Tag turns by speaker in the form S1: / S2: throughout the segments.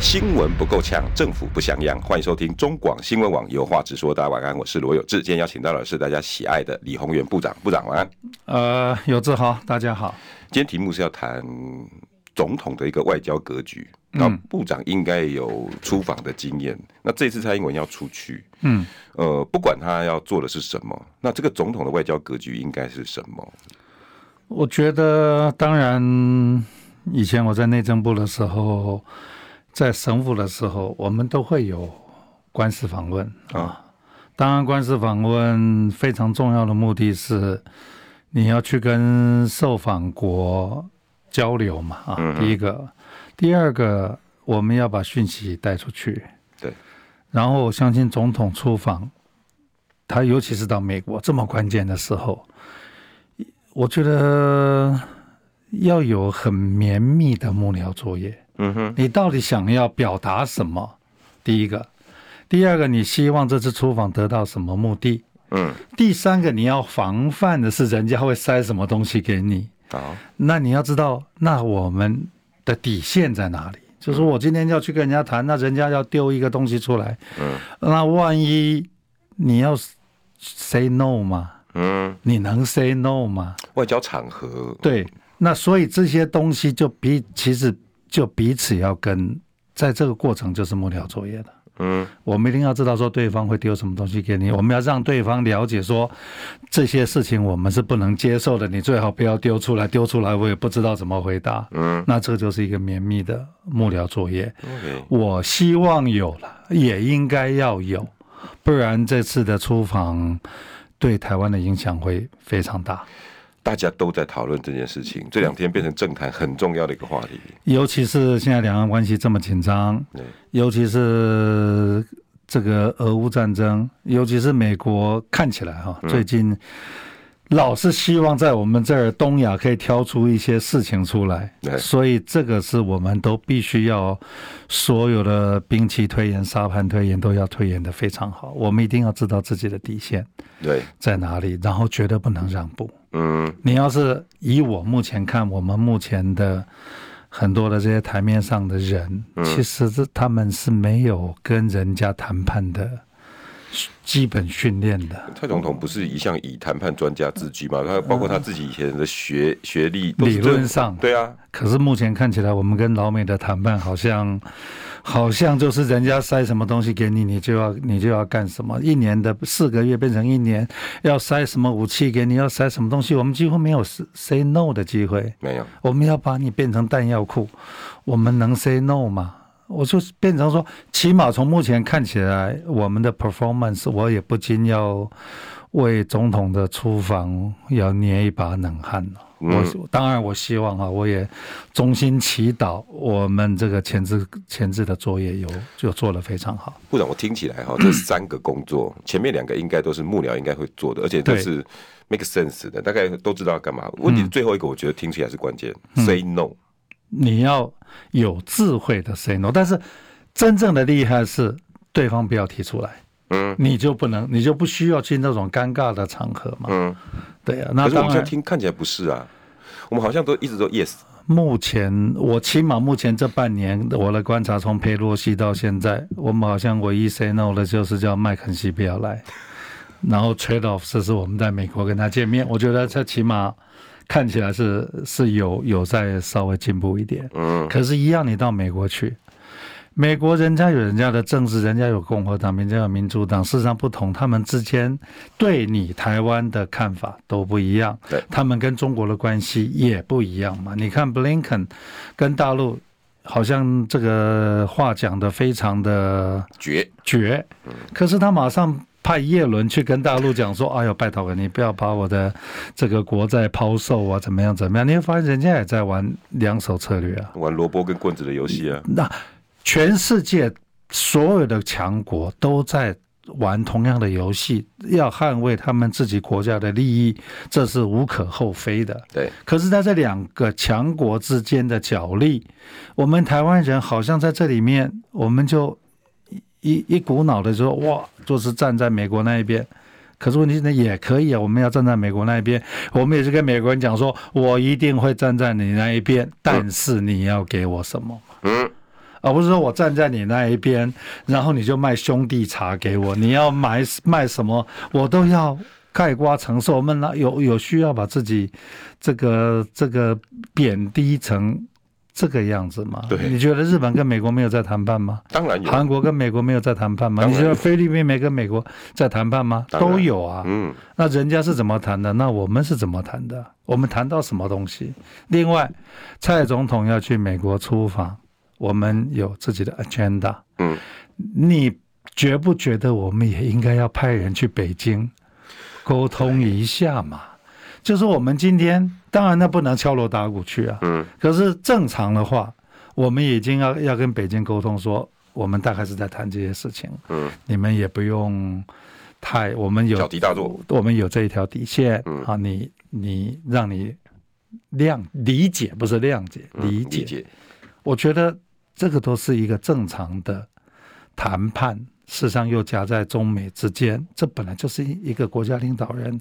S1: 新闻不够呛，政府不像样。欢迎收听中广新闻网，有话直说。大家晚安，我是罗有志。今天邀请到的是大家喜爱的李鸿源部长，部长晚安。
S2: 呃，有志豪，大家好。
S1: 今天题目是要谈总统的一个外交格局，
S2: 嗯
S1: 那部长应该有出访的经验。那这次蔡英文要出去，
S2: 嗯，
S1: 呃，不管他要做的是什么，那这个总统的外交格局应该是什么？
S2: 我觉得，当然，以前我在内政部的时候，在省府的时候，我们都会有官司访问啊。当然，官司访问非常重要的目的是，你要去跟受访国交流嘛啊。第一个，第二个，我们要把讯息带出去。
S1: 对。
S2: 然后，我相信总统出访，他尤其是到美国这么关键的时候，我觉得要有很绵密的幕僚作业。
S1: 嗯哼，
S2: 你到底想要表达什么？第一个，第二个，你希望这次出访得到什么目的？
S1: 嗯，
S2: 第三个，你要防范的是人家会塞什么东西给你。
S1: 好，
S2: 那你要知道，那我们的底线在哪里？就是我今天要去跟人家谈，那人家要丢一个东西出来，
S1: 嗯
S2: 那万一你要 say no 吗？
S1: 嗯，
S2: 你能 say no 吗？
S1: 外交场合，
S2: 对，那所以这些东西就彼其实就彼此要跟，在这个过程就是幕僚作业了。
S1: 嗯
S2: 我们一定要知道说对方会丢什么东西给你，我们要让对方了解说这些事情我们是不能接受的，你最好不要丢出来，丢出来我也不知道怎么回答。
S1: 嗯
S2: 那这就是一个绵密的幕僚作业。
S1: ，OK，
S2: 我希望有了，也应该要有，不然这次的出访对台湾的影响会非常大。
S1: 大家都在讨论这件事情，这两天变成政坛很重要的一个话题。
S2: 尤其是现在两岸关系这么紧张，
S1: 对，
S2: 尤其是这个俄乌战争，尤其是美国看起来
S1: 嗯
S2: 哈、最近老是希望在我们这儿东亚可以挑出一些事情出来
S1: 对，
S2: 所以这个是我们都必须要所有的兵器推演、沙盘推演都要推演的非常好，我们一定要知道自己的底线
S1: 对，
S2: 在哪里，然后绝对不能让步。
S1: 嗯
S2: 你要是以我目前看，我们目前的很多的这些台面上的人，
S1: 嗯
S2: 其实是他们是没有跟人家谈判的基本训练的。
S1: 蔡总统不是一向以谈判专家自居嘛？他包括他自己以前的学学历，都是
S2: 理
S1: 这
S2: 论上，
S1: 对啊，
S2: 可是目前看起来，我们跟老美的谈判好像，好像就是人家塞什么东西给你，你就要你就要干什么。一年的四个月变成一年，要塞什么武器给你，要塞什么东西，我们几乎没有 say no 的机会。
S1: 没有，
S2: 我们要把你变成弹药库，我们能 say no 吗？我就变成说，起码从目前看起来，我们的 performance 我也不禁要为总统的出访要捏一把冷汗了。我当然我希望啊，我也衷心祈祷我们这个前置前置的作业有就做得非常好。
S1: 部长，我听起来 哈，这三个工作，前面两个应该都是幕僚应该会做的，而且都
S2: 对嗯
S1: 是 make sense 的，大概都知道要干嘛。问题是最后一个，我觉得听起来是关键、s a y no。
S2: 你要有智慧的 say no，但是真正的厉害是对方不要提出来。
S1: 嗯
S2: 你就不能，你就不需要去那种尴尬的场合嘛。
S1: 嗯，
S2: 对啊，
S1: 可
S2: 那
S1: 是我们
S2: 当
S1: 现在
S2: 然，
S1: 听看起来不是啊，我们好像都一直都 yes，
S2: 目前我起码目前这半年我的观察，从佩洛西到现在，我们好像唯一 say no 的就是叫麦肯锡不要来，然后 trade off 这是我们在美国跟他见面，我觉得这起码看起来是是有有在稍微进步一点。
S1: 嗯
S2: 可是，一样你到美国去，美国人家有人家的政治，人家有共和党，人家有民主党，事实上不同，他们之间对你台湾的看法都不一样，
S1: 对
S2: 他们跟中国的关系也不一样嘛。你看 Blinken 跟大陆。好像这个话讲的非常的
S1: 绝，
S2: 绝，可是他马上派叶伦去跟大陆讲说：“哎呦，拜托了，你不要把我的这个国债抛售啊，怎么样怎么样？”你会发现人家也在玩两手策略啊。
S1: 玩萝卜跟
S2: 嗯
S1: 棍子的游戏啊。
S2: 那全世界所有的强国都在玩同样的游戏，要捍卫他们自己国家的利益，这是无可厚非的。
S3: 对，
S2: 可是，在这两个强国之间的角力，我们台湾人好像在这里面，我们就一一股脑的说，哇，就是站在美国那一边。可是问题呢，也可以啊，我们要站在美国那一边，我们也是跟美国人讲说，我一定会站在你那一边，但是你要给我什么？
S3: 嗯，
S2: 而不是说我站在你那一边，然后你就卖兄弟茶给我，你要买卖什么，我都要盖瓜承受。我们那有有需要把自己这个这个贬低成这个样子吗？
S3: 对
S2: 你觉得日本跟美国没有在谈判吗？
S3: 当然有，
S2: 韩国跟美国没有在谈判吗？
S3: 当
S2: 你
S3: 然
S2: 觉得菲律宾没跟美国在谈判吗？
S3: 当然
S2: 都有啊。
S3: 嗯，
S2: 那人家是怎么谈的？那我们是怎么谈的？我们谈到什么东西？另外，蔡总统要去美国出访，我们有自己的 agenda。
S3: 嗯，
S2: 你觉不觉得我们也应该要派人去北京沟通一下嘛？就是我们今天，当然那不能敲锣打鼓去啊。
S3: 嗯，
S2: 可是正常的话，我们已经要要跟北京沟通说，我们大概是在谈这些事情。
S3: 嗯，
S2: 你们也不用太，我们有
S3: 小题大做，
S2: 我们有这一条底线、
S3: 嗯
S2: 啊，你你让你谅理解不是谅解，
S3: 嗯
S2: 理解，我觉得这个都是一个正常的谈判，事实上又夹在中美之间，这本来就是一个国家领导人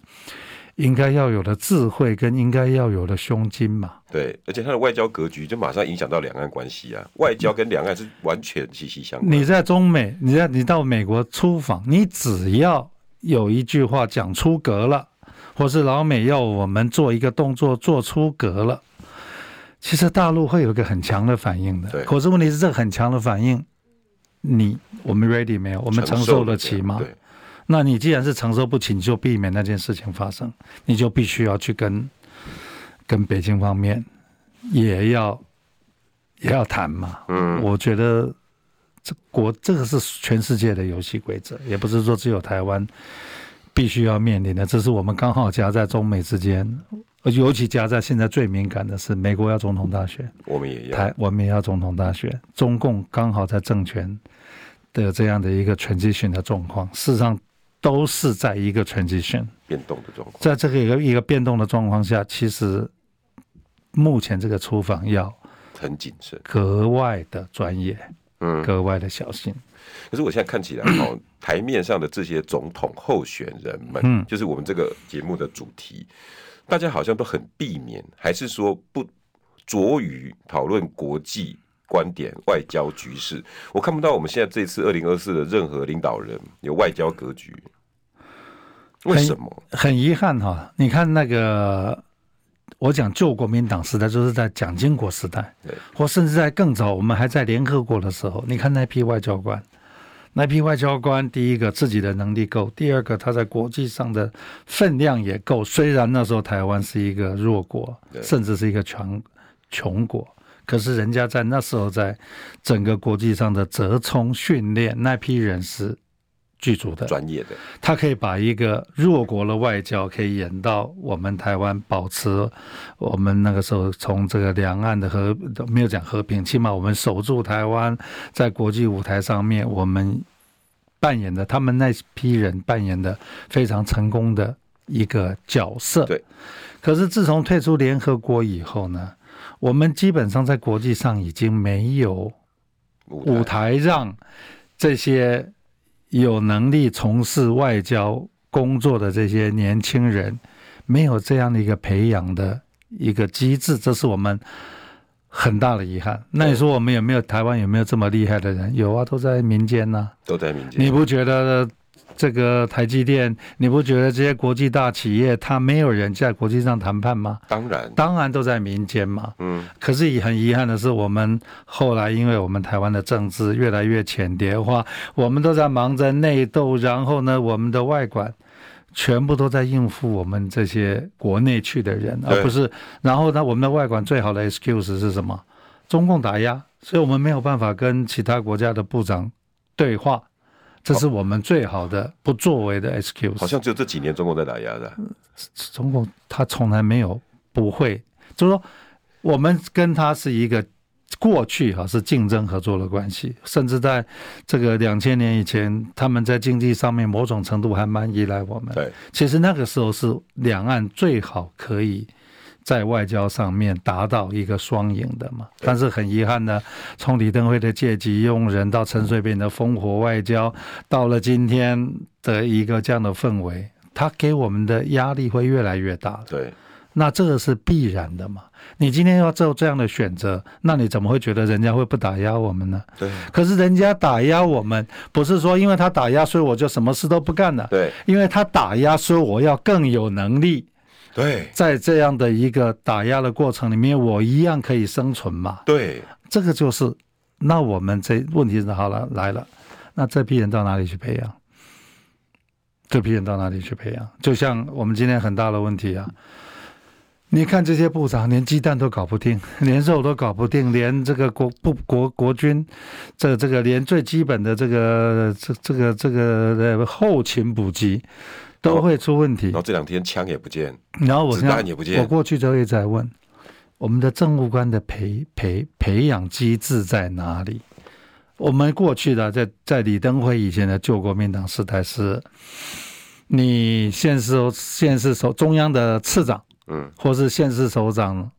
S2: 应该要有的智慧跟应该要有的胸襟嘛。
S3: 对，而且它的外交格局就马上影响到两岸关系啊，外交跟两岸是完全息息相关。
S2: 你在中美，你在你到美国出访，你只要有一句话讲出格了，或是老美要我们做一个动作做出格了，其实大陆会有一个很强的反应
S3: 对
S2: 的。可是问题是，这个很强的反应，你我们 ready 没有？我
S3: 我
S2: 们承受得起啊吗？
S3: 对，
S2: 那你既然是承受不起，你就避免那件事情发生，你就必须要去跟跟北京方面也要也要谈嘛。
S3: 嗯，
S2: 我觉得这国这个是全世界的游戏规则，也不是说只有台湾必须要面临的，这是我们刚好夹在中美之间，呃尤其夹在现在最敏感的是美国要总统大选，
S3: 我们也要
S2: 台我们也要总统大选，中共刚好在政权的这样的一个 transition 的状况，事实上都是在一个 transition，
S3: 变动的状况。
S2: 在这个一个一个变动的状况下，其实目前这个出访要
S3: 很谨慎。
S2: 格外的专业，
S3: 嗯，
S2: 格外的小心。
S3: 可是我现在看起 来哦，台面上的这些总统候选人们，
S2: 嗯
S3: 就是我们这个节目的主题，大家好像都很避免，还是说不着于讨论国际观点、外交局势。我看不到我们现在这次二零二四的任何领导人有外交格局，为什么？
S2: 很遗憾哈、你看那个，我讲旧国民党时代，就是在蒋经国时代
S3: 对，
S2: 或甚至在更早，我们还在联合国的时候，你看那批外交官，那批外交官，第一个自己的能力够，第二个他在国际上的分量也够。虽然那时候台湾是一个弱国，
S3: 对
S2: 甚至是一个穷穷国。可是人家在那时候，在整个国际上的折冲训练，那批人是具足的，
S3: 专业的，
S2: 他可以把一个弱国的外交，可以演到我们台湾保持我们那个时候从这个两岸的和没有讲和平，起码我们守住台湾在国际舞台上面，我们扮演的他们那批人扮演的非常成功的一个角色。
S3: 对。
S2: 可是自从退出联合国以后呢，我们基本上在国际上已经没有
S3: 舞
S2: 舞台让这些有能力从事外交工作的这些年轻人，没有这样的一个培养的一个机制，这是我们很大的遗憾。那你说我们有没有台湾有没有这么厉害的人？有啊，都在民间呢、
S3: 都在民间
S2: 你。不觉得这个台积电？你不觉得这些国际大企业，它没有人在国际上谈判吗？
S3: 当然，
S2: 当然都在民间嘛。
S3: 嗯，
S2: 可是也很遗憾的是，我们后来因为我们台湾的政治越来越浅碟化，我们都在忙着内斗，然后呢，我们的外管全部都在应付我们这些国内去的人，
S3: 对
S2: 而不是。然后呢，我们的外管最好的 excuse 是什么？中共打压，所以我们没有办法跟其他国家的部长对话，这是我们最好的不作为的 excuse。
S3: 好像只有这几年中国在打压的啊，
S2: 嗯中共他从来没有不会，就是说我们跟他是一个过去哈、是竞争合作的关系，甚至在这个两千年以前，他们在经济上面某种程度还蛮依赖我们。
S1: 对，
S2: 其实那个时候是两岸最好可以在外交上面达到一个双赢的嘛。但是很遗憾呢，从李登辉的借机用人到陈水扁的烽火外交，到了今天的一个这样的氛围，它给我们的压力会越来越大的。
S1: 对，
S2: 那这个是必然的嘛。你今天要做这样的选择，那你怎么会觉得人家会不打压我们呢？
S1: 对，
S2: 可是人家打压我们，不是说因为他打压，所以我就什么事都不干了。
S1: 对，
S2: 因为他打压，所以我要更有能力，
S1: 对，
S2: 在这样的一个打压的过程里面，我一样可以生存嘛。
S1: 对，
S2: 这个就是，那我们这问题是好了来了，那这批人到哪里去培养？这批人到哪里去培养？就像我们今天很大的问题啊，你看这些部长连鸡蛋都搞不定， 连肉都搞不定，连这个国不国国军，这个这个连最基本的这个这这个这个呃后勤补给都会出问题
S1: 然。后这两天枪也不见，
S2: 然后我
S1: 子
S2: 现在
S1: 弹也不见
S2: 我过去就一直在问，我们的政务官的培培培养机制在哪里？我们过去的在在李登辉以前的旧国民党时代是，你县市首县市首中央的次长
S1: 嗯，
S2: 或是县市首长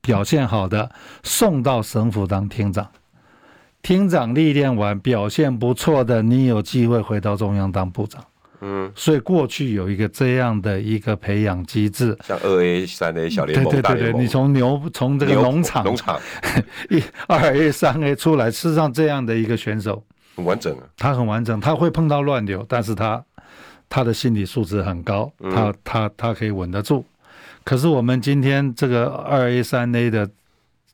S2: 表现好的，送到省府当厅长。厅长历练完，表现不错的，你有机会回到中央当部长。
S1: 嗯，
S2: 所以过去有一个这样的一个培养机制，
S1: 像二 A、三 A 小联
S2: 对
S1: 盟、
S2: 嗯对
S1: 大
S2: 对
S1: 联
S2: 对，
S1: 盟，
S2: 你从牛从这个
S1: 牛
S2: 农场
S1: 农场
S2: 一二 A 三 A 出来，事实上这样的一个选手，
S1: 很完整啊，
S2: 他很完整，他会碰到乱流，但是他他的心理素质很高，
S1: 嗯
S2: 他他他可以稳得住。可是我们今天这个二 A 三 A 的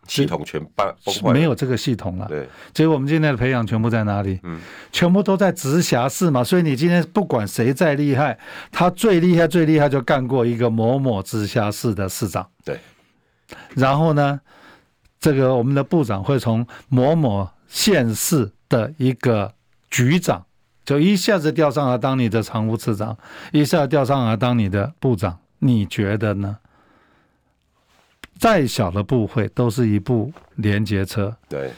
S1: 系统全崩崩
S2: 是
S1: 坏了，
S2: 没有啊这个系统了，
S1: 对
S2: 所以我们今天的培养全部在哪里？嗯，全部都在直辖市嘛。所以你今天不管谁再厉害，他最厉害最厉害就干过一个某某直辖市的市长。
S1: 对
S2: 然后呢，这个我们的部长会从某某县市的一个局长，就一下子调上来当你的常务次长，一下子调上来当你的部长，你觉得呢？再小的部会都是一部连接车，
S1: 对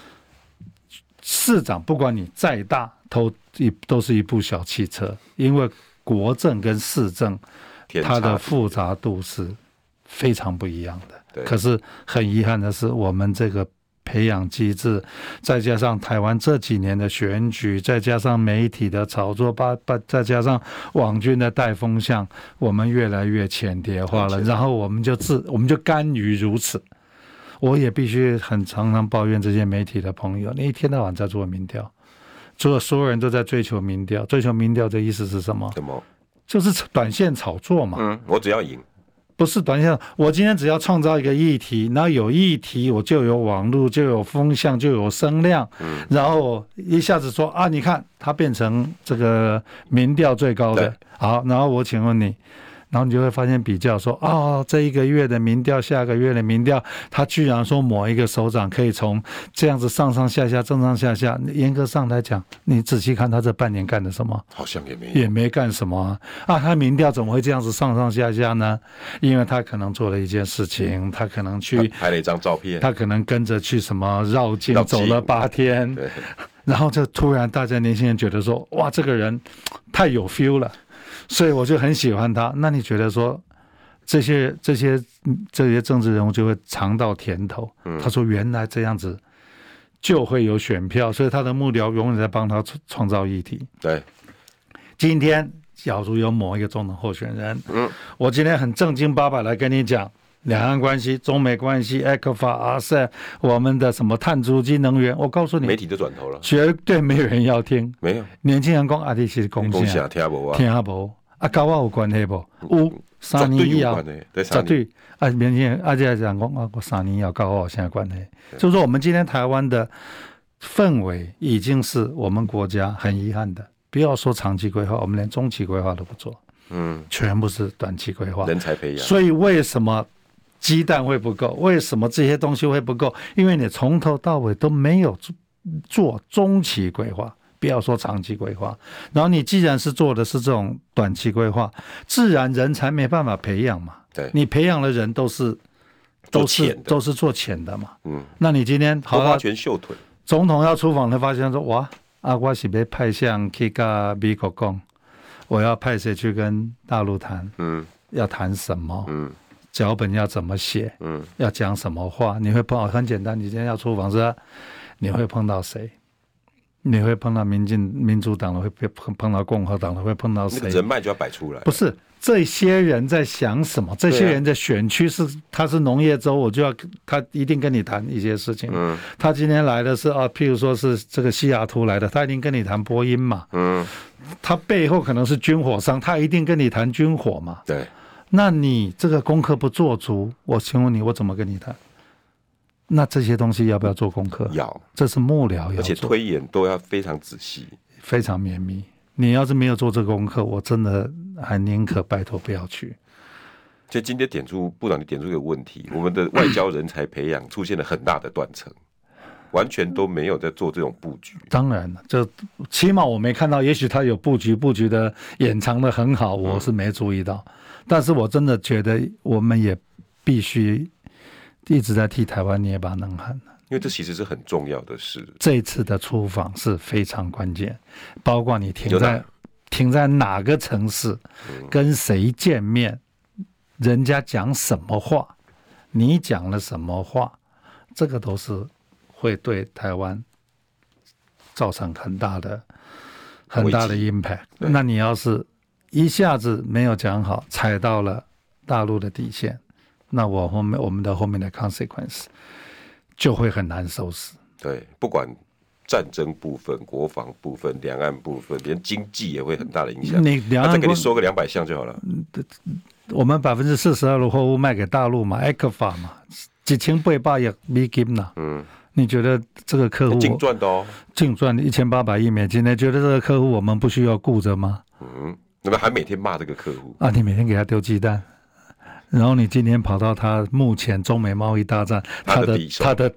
S2: 市长不管你再大，都一都是一部小汽车，因为国政跟市政
S1: 天
S2: 它的
S1: 差
S2: 复杂度是非常不一样的。
S1: 对
S2: 可是很遗憾的是，我们这个培养机制，再加上台湾这几年的选举，再加上媒体的炒作，把把再加上网军的带风向，我们越来越浅碟化了。
S1: 浅
S2: 然后我们就自我们就甘于如此。我也必须很常常抱怨这些媒体的朋友，你一天到晚在做民调，所有所有人都在追求民调，追求民调的意思是什么？
S1: 什么？
S2: 就是短线炒作嘛。
S1: 嗯，我只要赢，
S2: 不是短线，我今天只要创造一个议题，那有议题我就有网络，就有风向，就有声量，然后一下子说啊，你看它变成这个民调最高的
S1: 对，
S2: 好，然后我请问你。然后你就会发现比较说，哦，这一个月的民调，下个月的民调，他居然说某一个首长可以从这样子上上下下、上上下下，严格上来讲，你仔细看他这半年干了什么，
S1: 好像也没有，
S2: 也没干什么啊。啊，他民调怎么会这样子上上下下呢？因为他可能做了一件事情，他可能去，
S1: 拍了一张照片，
S2: 他可能跟着去什么绕境
S1: 呃绕境
S2: 走了八天，
S1: 对
S2: 然后就突然大家年轻人觉得说，哇，这个人太有 feel 了，所以我就很喜欢他。那你觉得说？这些这些嗯这些政治人物就会尝到甜头。
S1: 嗯
S2: 他说：“原来这样子就会有选票，所以他的幕僚永远在帮他创创造议题。
S1: 对
S2: 今天假如有某一个总统候选人，嗯，我今天很正经八百来跟你讲。两岸关系、中美关系、埃克法、阿塞，E 我们的什么碳足迹、能源，我告诉
S1: 媒
S2: 你，
S1: 体就转头了，
S2: 绝对没有人要听。
S1: 没有，
S2: 年轻人讲啊，你是公
S1: 恭喜
S2: 啥
S1: 啊，？听不啊，
S2: 听下无？啊，跟我有关系不？有三年以后
S1: 绝对有关的，对
S2: 啊绝
S1: 三年
S2: 对啊，年轻人啊，这讲讲啊，我三年以后跟我有啥关系？就是说，我们今天台湾的氛围已经是我们国家很遗憾的，不要说长期规划，我们连中期规划都不做，
S1: 嗯，
S2: 全部是短期规划。
S1: 人才培养，
S2: 所以为什么鸡蛋会不够？为什么这些东西会不够？因为你从头到尾都没有做做中期规划，不要说长期规划。然后你既然是做的是这种短期规划，自然人才没办法培养嘛。
S1: 对
S2: 你培养的人都是都
S1: 做
S2: 是
S1: 浅的
S2: 都是做浅的嘛。
S1: 嗯，
S2: 那你今天好啊
S1: 偷花
S2: 了，
S1: 拳绣腿，
S2: 总统要出访才发现说，哇，阿瓜喜被派向去跟美国讲，我要派谁去跟大陆谈，
S1: 嗯
S2: 要谈什么，
S1: 嗯
S2: 脚本要怎么写，
S1: 嗯
S2: 要讲什么话，你会碰到很简单，你今天要出访是吧，你会碰到谁？你会碰到民进民主党的，会碰碰到共和党的，会碰到
S1: 那
S2: 谁
S1: 个？人脉就要摆出来
S2: 不。是这些人在想什么？这些人的选区是、他是农业州，我就要他一定跟你谈一些事情。
S1: 嗯
S2: 他今天来的是啊，譬如说是这个西雅图来的，他一定跟你谈波音嘛。
S1: 嗯，
S2: 他背后可能是军火商，他一定跟你谈军火嘛。
S1: 对，
S2: 那你这个功课不做足，我请问你，我怎么跟你谈？那这些东西要不要做功课？
S1: 要，
S2: 这是幕僚要
S1: 而且
S2: 做，
S1: 推演都要非常仔细。
S2: 非常绵密。你要是没有做这个功课，我真的还宁可拜托不要去。
S1: 就今天点出部长，你点出一个问 题，我们的外交人才培养出现了很大的断层，完全都没有在做这种布局。
S2: 当然了，这起码我没看到，也许他有布局，布局的掩藏的很好，
S1: 嗯
S2: 我是没注意到。但是我真的觉得，我们也必须一直在替台湾捏把冷汗。
S1: 因为这其实是很重要的事。
S2: 这次的出访是非常关键，包括你停
S1: 有嗯
S2: 在
S1: 哪
S2: 停在哪个城市，跟谁见面，人家讲什么话，你讲了什么话，这个都是会对台湾造成很大的很大的
S1: 危
S2: impact。
S1: 对
S2: 那你要是一下子没有讲好，踩到了大陆的底线，那我后面我们的后面的 consequence 就会很难收拾。
S1: 对，不管战争部分、国防部分、两岸部分，连经济也会很大的影响。
S2: 你嗯两
S1: 他再
S2: 岸
S1: 给
S2: 关
S1: 你说个两百项就好了。
S2: 我们百分之四十二的货物卖给大陆嘛 e c f a 嘛，几千倍吧也美金呐。
S1: 嗯，
S2: 你觉得这个客户
S1: 净赚的哦。
S2: 净赚一千八百亿美金呢？觉得这个客户我们不需要顾着吗？
S1: 嗯，那么还每天骂这个客户，
S2: 啊，你每天给他丢鸡蛋，然后你今天跑到他目前中美贸易大战
S1: 他的
S2: 的
S1: 敌手
S2: 他的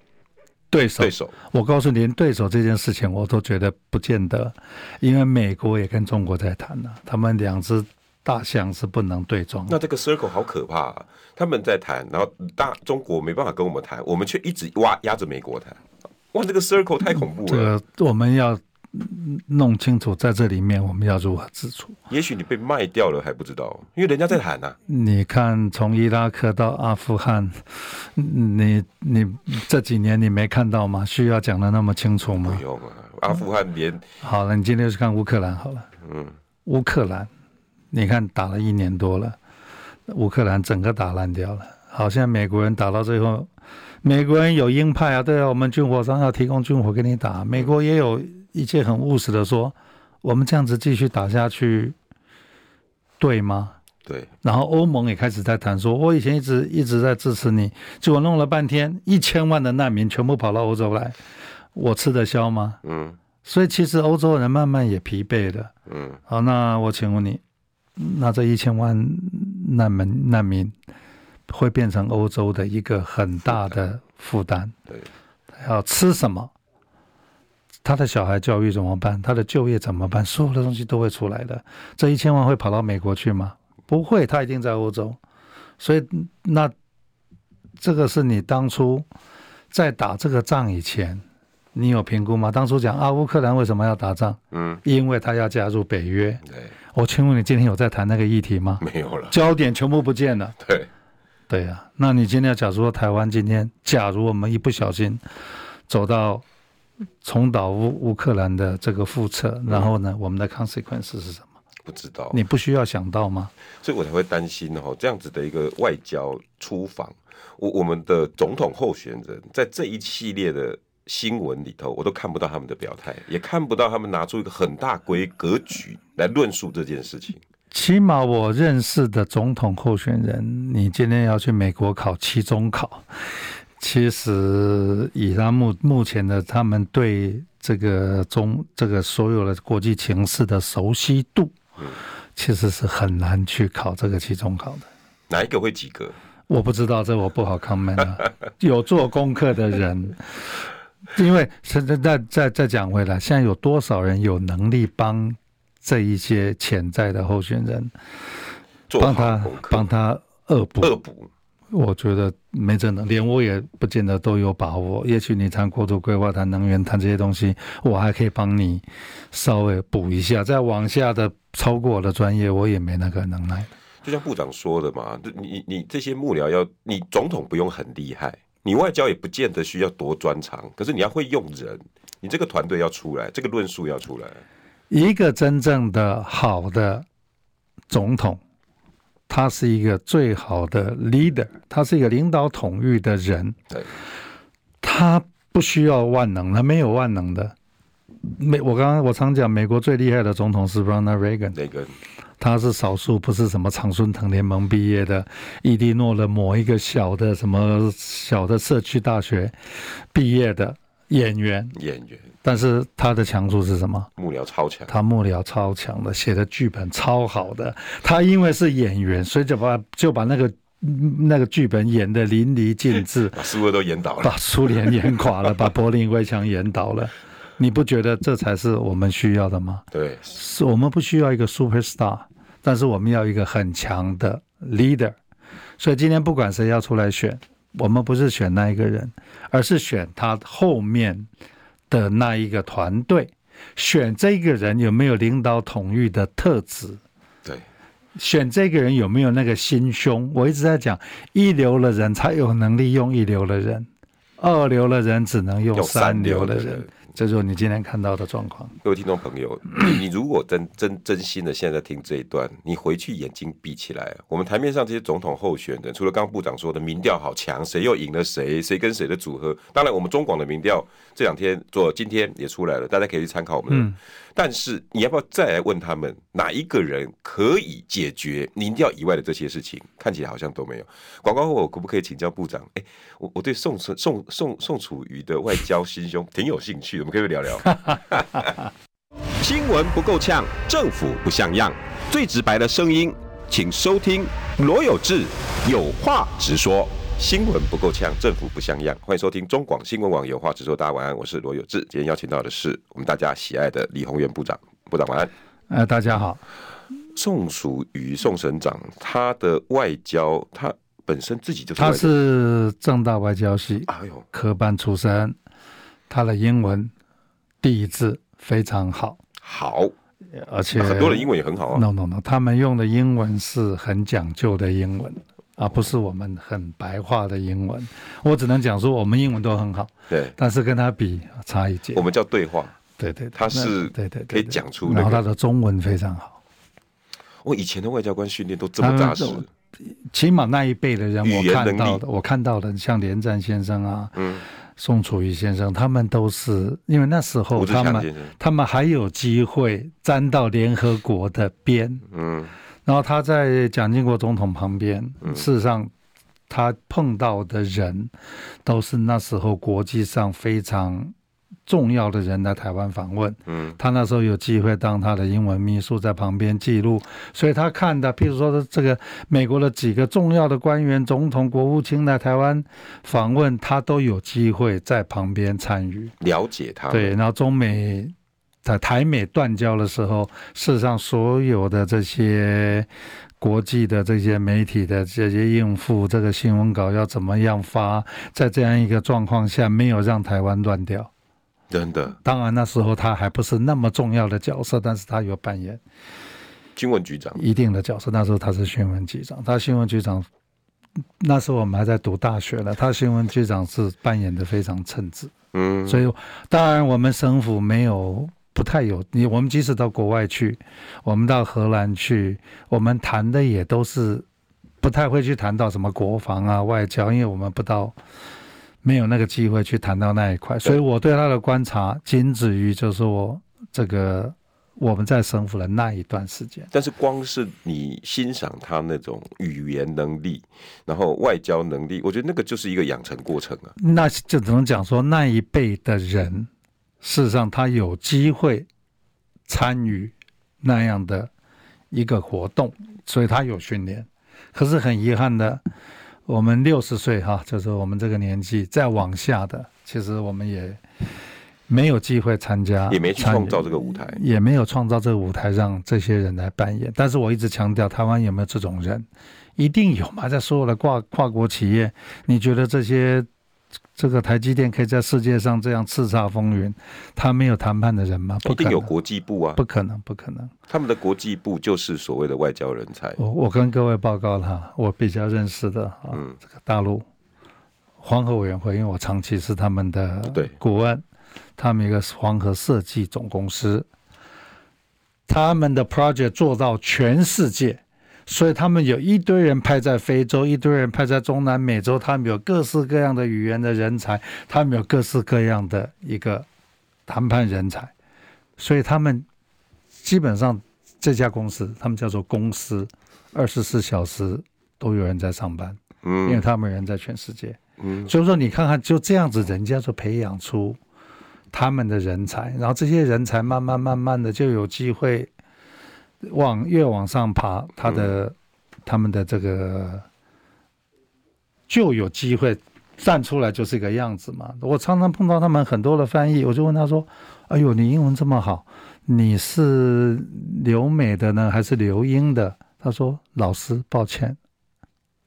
S2: 对手
S1: 对，手
S2: 我告诉你，连对手这件事情我都觉得不见得，因为美国也跟中国在谈呢、他们两只大象是不能对撞的。
S1: 那这个 circle 好可怕、啊，他们在谈，然后大中国没办法跟我们谈，我们却一直挖压着美国谈，哇，这个 circle 太恐怖
S2: 这
S1: 了。
S2: 个我们要嗯弄清楚，在这里面我们要如何自处。
S1: 也许你被卖掉了还不知道，因为人家在谈啊呐、
S2: 你看，从伊拉克到阿富汗，嗯你你这几年你没看到吗？需要讲的那么清楚吗
S1: 不？用啊，阿富汗连
S2: 好了，你今天去看乌克兰好了。
S1: 嗯，
S2: 乌克兰，你看打了一年多了，乌克兰整个打烂掉了。好像美国人打到最后，美国人有鹰派啊，对啊，我们军火商要提供军火给你打。美国也有一切很务实的说，我们这样子继续打下去，对吗？
S1: 对，
S2: 然后欧盟也开始在谈说，我以前一直一直在支持你，结果弄了半天，一千万的难民全部跑到欧洲来，我吃得消吗？
S1: 嗯
S2: 所以其实欧洲人慢慢也疲惫了。
S1: 嗯，
S2: 好，那我请问你，那这一千万难民难民会变成欧洲的一个很大的负担？
S1: 对，
S2: 他要吃什么？他的小孩教育怎么办？他的就业怎么办？所有的东西都会出来的。这一千万会跑到美国去吗？不会，他一定在欧洲。所以，那这个是你当初在打这个仗以前，你有评估吗？当初讲啊，乌克兰为什么要打仗？
S1: 嗯，
S2: 因为他要加入北约。
S1: 对，
S2: 我哦请问你今天有在谈那个议题吗？
S1: 没有了，
S2: 焦点全部不见了。
S1: 对，
S2: 对呀、那你今天假如说台湾今天，假如我们一不小心走到重蹈乌乌克兰的这个覆辙，然后呢，我们的 consequence 是什么？
S1: 不知道，
S2: 你不需要想到吗？
S1: 所以我才会担心哦，这样子的一个外交出访，我我们的总统候选人在这一系列的新闻里头，我都看不到他们的表态，也看不到他们拿出一个很大规格局来论述这件事情。
S2: 起码我认识的总统候选人，你今天要去美国考期中考，其实以他目目前的他们对这个中这个所有的国际情势的熟悉度，其实是很难去考这个期中考的。
S1: 哪一个会及格？
S2: 我不知道，这我不好 comment 啊。 有做功课的人，因为现在再再再讲回来，现在有多少人有能力帮这一些潜在的候选人
S1: 做
S2: 帮
S1: 好
S2: 他
S1: 功课，
S2: 帮他恶补
S1: 恶补，
S2: 我觉得没这能，连我也不见得都有把握。也许你谈国土规划、谈能源、谈这些东西，我还可以帮你稍微补一下。再往下的超过我的专业，我也没那个能耐。
S1: 就像部长说的嘛，就你你你这些幕僚要，你总统不用很厉害，你外交也不见得需要多专长，可是你要会用人，你这个团队要出来，这个论述要出来。
S2: 一个真正的好的总统，他是一个最好的 leader，他是一个领导统御的人，
S1: 对，
S2: 他不需要万能，他没有万能的。美，我刚刚我常讲，美国最厉害的总统是 Ronald Reagan，
S1: 那个
S2: 他是少数不是什么常春藤联盟毕业的，伊利诺的某一个小的什么小的社区大学毕业的演员，
S1: 演员
S2: 但是他的强处是什么？
S1: 幕僚超强，，
S2: 他幕僚超强的，写的剧本超好的。他因为是演员，所以就把就把那个嗯那个剧本演得淋漓尽致
S1: 把苏俄都演倒了。
S2: 把苏联演垮了，把柏林围墙演倒了。你不觉得这才是我们需要的吗？
S1: 对，
S2: 是我们不需要一个 super star，但是我们要一个很强的 leader。所以今天不管谁要出来选，我们不是选那一个人，而是选他后面的那一个团队，选这个人有没有领导统御的特质。
S1: 对，
S2: 选这个人有没有那个心胸？我一直在讲，一流的人才有能力用一流的人，二流的人只能用
S1: 用三
S2: 三
S1: 流
S2: 流
S1: 的
S2: 的
S1: 人
S2: 人。这就是你今天看到的状况。
S1: 各位听众朋友，你你如果真真真心的现在听这一段，你回去眼睛闭起来。我们台面上这些总统候选人，除了刚刚部长说的民调好强，谁又赢了谁，谁跟谁的组合。当然，我们中广的民调这两天做，今天也出来了，大家可以去参考我们的。但是你要不要再来问他们，哪一个人可以解决民调以外的这些事情？看起来好像都没有。广告后我可不可以请教部长？哎、我我对宋楚宋宋宋楚瑜的外交心胸挺有兴趣的，我们可以聊聊。
S3: 新闻不够呛，政府不像样，最直白的声音，请收听罗有志有话直说。
S1: 新闻不够呛，政府不像样。欢迎收听中广新闻网有话直说，大家晚安，我是罗有志。今天邀请到的是我们大家喜爱的李鸿源部长，部长晚安。
S2: 呃，大家好，
S1: 宋属于宋省长，他的外交，他本身自己就是外
S2: 他
S1: 交，
S2: 是正大外交系
S1: 哎呦，
S2: 科班出身，他的英文底子非常好，
S1: 好，
S2: 而且
S1: 那啊很多人英文也很好啊。
S2: No no no，他们用的英文是很讲究的英文，而不是我们很白话的英文。我只能讲说，我们英文都很好，
S1: 对，
S2: 但是跟他比差一截
S1: 我。们叫对话。
S2: 对对，对
S1: 他是
S2: 那对对，对
S1: 可以讲出那
S2: 然后他
S1: 个，
S2: 的中文非常好，
S1: 我以前的外交官训练都这么扎实
S2: 他，们起码那一辈的人，
S1: 语言
S2: 我看
S1: 能
S2: 到
S1: 力
S2: 的，我看到的，像连战先生啊，
S1: 嗯，
S2: 宋楚瑜先生，他们都是因为那时候
S1: 吴志
S2: 哦他
S1: 强先
S2: 们
S1: 生，
S2: 他们还有机会沾到联合国的边，
S1: 嗯，
S2: 然后他在蒋经国总统旁边，事实上他碰到的人都是那时候国际上非常重要的人来台湾访问。
S1: 嗯，
S2: 他那时候有机会当他的英文秘书在旁边记录，所以他看的，譬如说这个美国的几个重要的官员、总统、国务卿来台湾访问，他都有机会在旁边参与。
S1: 了解他，
S2: 对，，然后中美在台美断交的时候，事实上所有的这些国际的这些媒体的这些应付，这个新闻稿要怎么样发，在这样一个状况下，没有让台湾乱掉。
S1: 真的，
S2: 当然那时候他还不是那么重要的角色，但是他有扮演
S1: 军文局长，
S2: 一定的角色。那时候他是新闻局长，他新闻局长。那时候我们还在读大学呢，他新闻局长是扮演的非常称职。
S1: 嗯，
S2: 所以当然我们省府没有不太有你，我们即使到国外去，我们到荷兰去，我们谈的也都是不太会去谈到什么国防啊、外交，因为我们不到。没有那个机会去谈到那一块，所以我对他的观察仅止于就是说，这个我们在省府的那一段时间，
S1: 但是光是你欣赏他那种语言能力，然后外交能力，我觉得那个就是一个养成过程啊。
S2: 那就只能讲说那一辈的人，事实上他有机会参与那样的一个活动，所以他有训练。可是很遗憾的，我们六十岁哈，就是我们这个年纪再往下的，其实我们也没有机会参加，
S1: 也没去
S2: 啊参
S1: 创造这个舞台。
S2: 也没有创造这个舞台让这些人来扮演。但是我一直强调，台湾有没有这种人？一定有嘛！在所有的跨跨国企业，你觉得这些这个台积电可以在世界上这样叱咤风云？他没有谈判的人吗？不
S1: 一定
S2: 可能，
S1: 有国际部啊，
S2: 不可能，不可能！
S1: 他们的国际部就是所谓的外交人才。
S2: 我我跟各位报告了，我比较认识的啊，
S1: 嗯
S2: 这个大陆黄河委员会，因为我长期是他们的
S1: 对
S2: 顾问，他们有一个黄河设计总公司，他们的 project 做到全世界，所以他们有一堆人派在非洲，一堆人派在中南美洲，他们有各式各样的语言的人才，他们有各式各样的一个谈判人才，所以他们基本上这家公司，他们叫做公司，二十四小时都有人在上班。因为
S1: 嗯
S2: 他们人在全世界，
S1: 嗯，
S2: 所以说你看看就这样子，人家就培养出他们的人才，然后这些人才慢慢慢慢的就有机会往越往上爬，他的、
S1: 嗯
S2: 他们的这个就有机会站出来就是一个样子嘛。我常常碰到他们很多的翻译，我就问他说：“哎呦，你英文这么好，你是留美的呢，还是留英的？”他说：“老师，抱歉，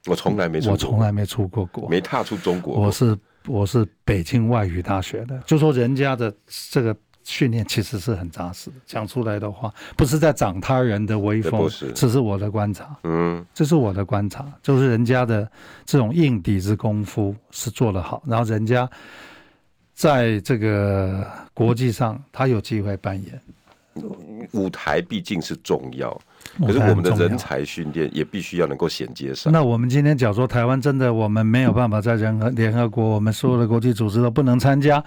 S1: 我从来没出过，
S2: 我从来没出过国。”
S1: 没踏出中国
S2: 我
S1: 过。
S2: 是我是北京外语大学的，就说人家的这个训练其实是很扎实的，讲出来的话不是在长他人的威
S1: 对
S2: 风
S1: 不是，
S2: 只是我的观察，
S1: 嗯，
S2: 这是我的观察，就是人家的这种硬底子功夫是做得好，然后人家在这个国际上他有机会扮演，
S1: 舞台毕竟是重要，可是我们的
S2: 很重要
S1: 人才训练也必须要能够衔接上。
S2: 那我们今天讲说，台湾真的我们没有办法在联合联合国，我们所有的国际组织都不能参加。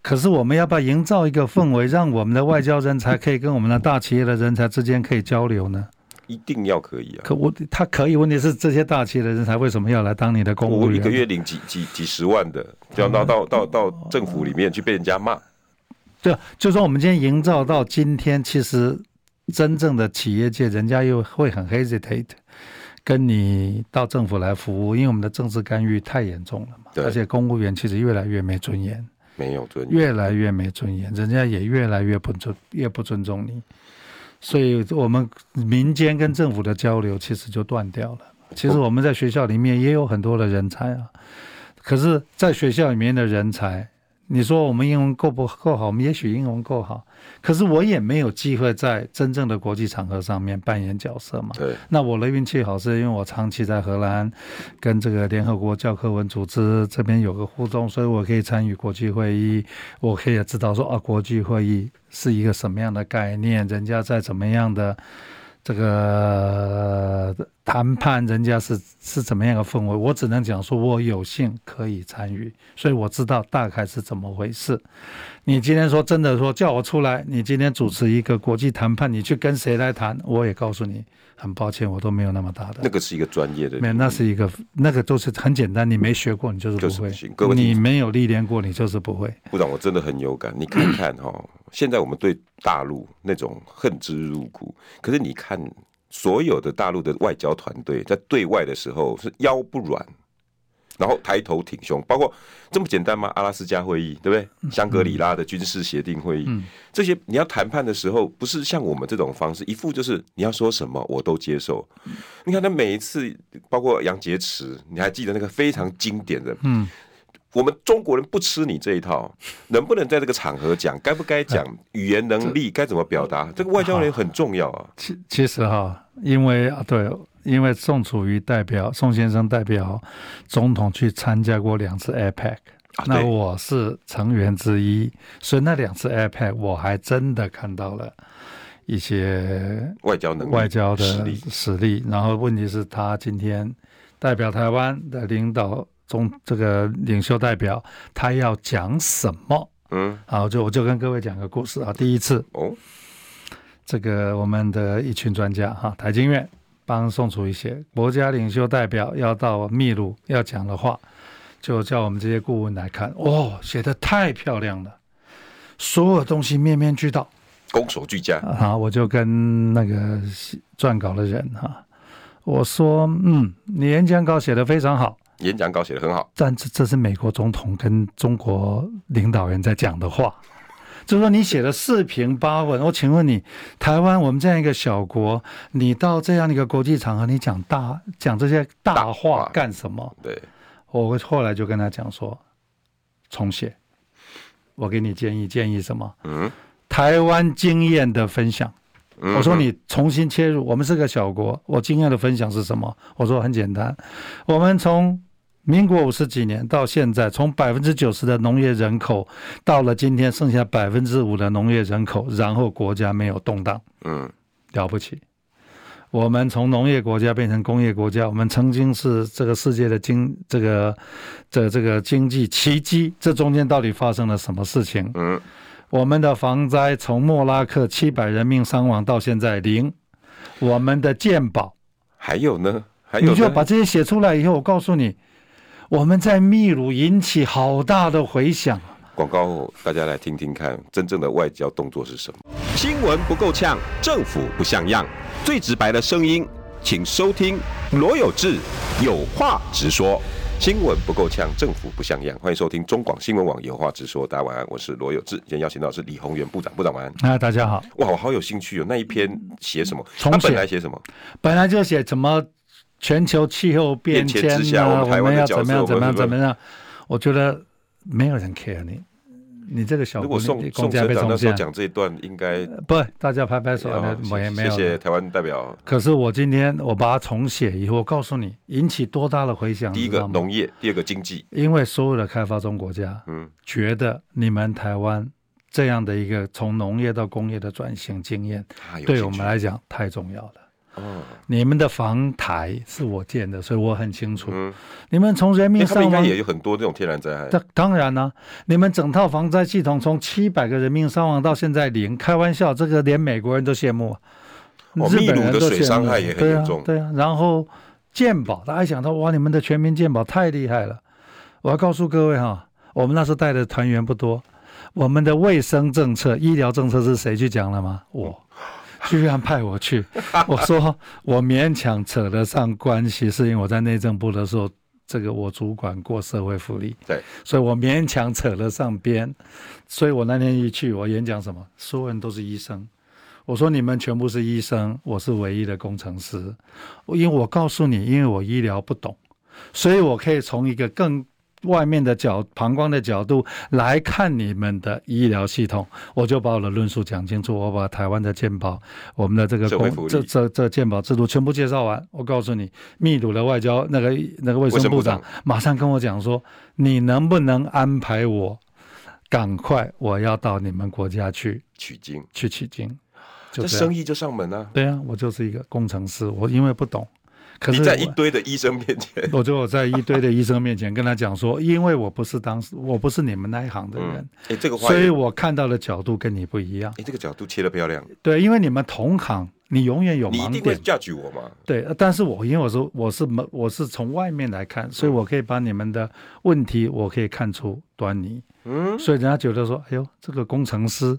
S2: 可是我们要不要营造一个氛围，让我们的外交人才可以跟我们的大企业的人才之间可以交流呢？
S1: 一定要可以啊！
S2: 可我他可以，问题是这些大企业的人才为什么要来当你的公务
S1: 我一
S2: 员？
S1: 个月领几几几十万的，就要到到到到政府里面去被人家骂。
S2: 对啊，就说我们今天营造到今天，其实真正的企业界，人家又会很 hesitate，跟你到政府来服务，因为我们的政治干预太严重了嘛。
S1: 对
S2: 而且公务员其实越来越没尊严。
S1: 没有尊严，
S2: 越来越没尊严，人家也越来越不尊，越不尊重你。所以，我们民间跟政府的交流其实就断掉了。其实我们在学校里面也有很多的人才啊，可是，在学校里面的人才，你说我们英文够不够好？我们也许英文够好，可是我也没有机会在真正的国际场合上面扮演角色嘛。
S1: 对，
S2: 那我的运气好，是因为我长期在荷兰，跟这个联合国教科文组织这边有个互动，所以我可以参与国际会议，我可以知道说啊，国际会议是一个什么样的概念，人家在怎么样的这个呃谈判，人家是是怎么样的氛围，我只能讲说我有幸可以参与，所以我知道大概是怎么回事。你今天说真的说叫我出来，你今天主持一个国际谈判，你去跟谁来谈？我也告诉你，很抱歉，我都没有那么大
S1: 那
S2: 的。
S1: 个是一个专业的
S2: 没有，那是一个，那个都是很简单，你没学过，你就是不
S1: 嗯就是
S2: 会
S1: 不行各位听
S2: 你
S1: 众
S2: 没有历练过，你就是不会。
S1: 部长，我真的很有感。你看看哈、现在我们对大陆那种恨之入骨，可是你看所有的大陆的外交团队在对外的时候是腰不软，然后抬头挺胸，包括这么简单吗？阿拉斯加会议，对不对？香格里拉的军事协定会议，这些你要谈判的时候，不是像我们这种方式，一副就是你要说什么我都接受。你看他每一次，包括杨洁篪，你还记得那个非常经典的，
S2: 嗯，
S1: 我们中国人不吃你这一套，能不能在这个场合讲，该不该 讲，语言能力该怎么表
S2: 呃
S1: 达，这个外交人很重要啊。
S2: 其其实哈，因为啊对，因为宋楚瑜代表宋先生代表总统去参加过两次 APEC，、
S1: 啊
S2: 那
S1: 对
S2: 我是成员之一，所以那两次 APEC 我还真的看到了一些
S1: 外交能力、
S2: 外交的
S1: 实力，
S2: 实力。然后问题是，他今天代表台湾的领导中这个领袖代表，他要讲什么？
S1: 嗯，
S2: 好，就我就跟各位讲个故事啊。第一次，
S1: 哦，
S2: 这个我们的一群专家哈，台经院帮宋楚瑜写国家领袖代表要到秘鲁要讲的话，就叫我们这些顾问来看，哦，写的太漂亮了，所有东西面面俱到。
S1: 攻守俱佳，
S2: 然啊后我就跟那个撰稿的人哈、我说，嗯，你演讲稿写的非常好，
S1: 演讲稿写的很好，
S2: 但这这是美国总统跟中国领导人在讲的话，就是说你写了四平八稳，我请问你，台湾我们这样一个小国，你到这样的一个国际场合，你讲大讲这些大话干什么？
S1: 对，
S2: 我后来就跟他讲说，重写。我给你建议，建议什么？
S1: 嗯
S2: 台湾经验的分享。
S1: 嗯
S2: 我说你重新切入，我们是个小国，我经验的分享是什么？我说很简单，我们从民国五十几年到现在，从百分之九十的农业人口到了今天剩下百分之五的农业人口，然后国家没有动荡，
S1: 嗯
S2: 了不起。我们从农业国家变成工业国家，我们曾经是这个世界的经这个这这个经济奇迹，这中间到底发生了什么事情？
S1: 嗯
S2: 我们的防灾从莫拉克七百人命伤亡到现在零，我们的鉴宝，
S1: 还有呢，还有
S2: 你
S1: 呢
S2: 就把这些写出来以后，我告诉你，我们在秘鲁引起好大的回响。
S1: 广告后，大家来听听看，真正的外交动作是什么？
S3: 新闻不够呛，政府不像样，最直白的声音，请收听罗有志有话直说。
S1: 新闻不够呛，政府不像样。欢迎收听中广新闻网有话直说，大家晚安，我是罗有志。今天邀请到的是李宏源部长，部长晚安。
S2: 啊，大家好，
S1: 哇，我好有兴趣哦，那一篇写什么？
S2: 重
S1: 他
S2: 写
S1: 本来写什么？
S2: 本来就写怎么全球气候变迁
S1: 变
S2: 啊，
S1: 迁之下我
S2: 我
S1: 们台湾
S2: 们
S1: 的
S2: 要
S1: 角色
S2: 怎么样怎么
S1: 我
S2: 样
S1: 们是
S2: 怎
S1: 不
S2: 么
S1: 是
S2: 样，我觉得没有人 care 你，你这个小
S1: 如
S2: 姑
S1: 果
S2: 娘
S1: 宋
S2: 公
S1: 宋
S2: 家
S1: 社
S2: 被
S1: 长那
S2: 中
S1: 时候
S2: 箭，
S1: 讲这一段，应该
S2: 不，大家拍拍手，
S1: 哦
S2: 我也没有
S1: 谢
S2: 了。
S1: 谢台湾代表。
S2: 可是我今天我把它重写以后，我告诉你引起多大的回响，
S1: 第一
S2: 你知
S1: 个
S2: 道吗
S1: 农业，第二个经济，
S2: 因为所有的开发中国家
S1: 嗯
S2: 觉得你们台湾这样的一个从农业到工业的转型经验，
S1: 他啊有
S2: 对
S1: 兴
S2: 我们
S1: 趣
S2: 来讲太重要了。
S1: 哦，
S2: 你们的防台是我建的，所以我很清楚。
S1: 嗯，
S2: 你们从人
S1: 因
S2: 民
S1: 为他们
S2: 伤
S1: 应该
S2: 亡，
S1: 也有很多这种天然灾害，
S2: 当当然呢、你们整套防灾系统从七百个人命伤亡到现在零，开玩笑，这个连美国人都羡慕啊。
S1: 哦
S2: 日本
S1: 秘鲁
S2: 人
S1: 的
S2: 都
S1: 水
S2: 羡慕啊
S1: 伤害也很严重
S2: 对啊，对啊。然后鉴宝，大家想到哇，你们的全民鉴宝太厉害了。我要告诉各位哈，我们那时候带的团员不多，我们的卫生政策、医疗政策是谁去讲了吗？
S1: 哦
S2: 我。居然派 我去，我说我勉强扯得上关系，是因为我在内政部的时候，这个我主管过社会福利，
S1: 对，
S2: 所以我勉强扯得上边。所以我那天一去，我演讲什么，所有人都是医生。我说你们全部是医生，我是唯一的工程师。因为我告诉你，因为我医疗不懂，所以我可以从一个更外面的角、旁观的角度来看你们的医疗系统。我就把我的论述讲清楚，我把台湾的健保、我们的这个
S1: 社会福利
S2: 这这这健保制度全部介绍完。我告诉你，秘鲁的外交那个那个卫生部
S1: 卫生
S2: 长
S1: 部
S2: 马上跟我讲说，你能不能安排我？赶快，我要到你们国家去
S1: 取经，
S2: 去取经，就
S1: 这
S2: 这样
S1: 生意就上门啊！
S2: 对啊，我就是一个工程师，我因为不懂，可
S1: 你
S2: 是
S1: 在一
S2: 我
S1: 堆的医生面 前，
S2: 我就我在一堆的医生面前跟他讲说，因为我不是当时我不是你们那一行的人
S1: 嗯，，哎，这个话
S2: 所
S1: 也，
S2: 以我看到的角度跟你不一样。
S1: 哎，这个角度切的漂亮，
S2: 对，因为你们同行，你永远有
S1: 你一
S2: 盲
S1: 定会
S2: 点。
S1: 嫁娶我嘛？
S2: 对，呃但是我因为我是我是门我是从外面来看，
S1: 嗯
S2: 所以我可以把你们的问题，我可以看出端倪。
S1: 嗯，
S2: 所以人家觉得说，哎呦，这个工程师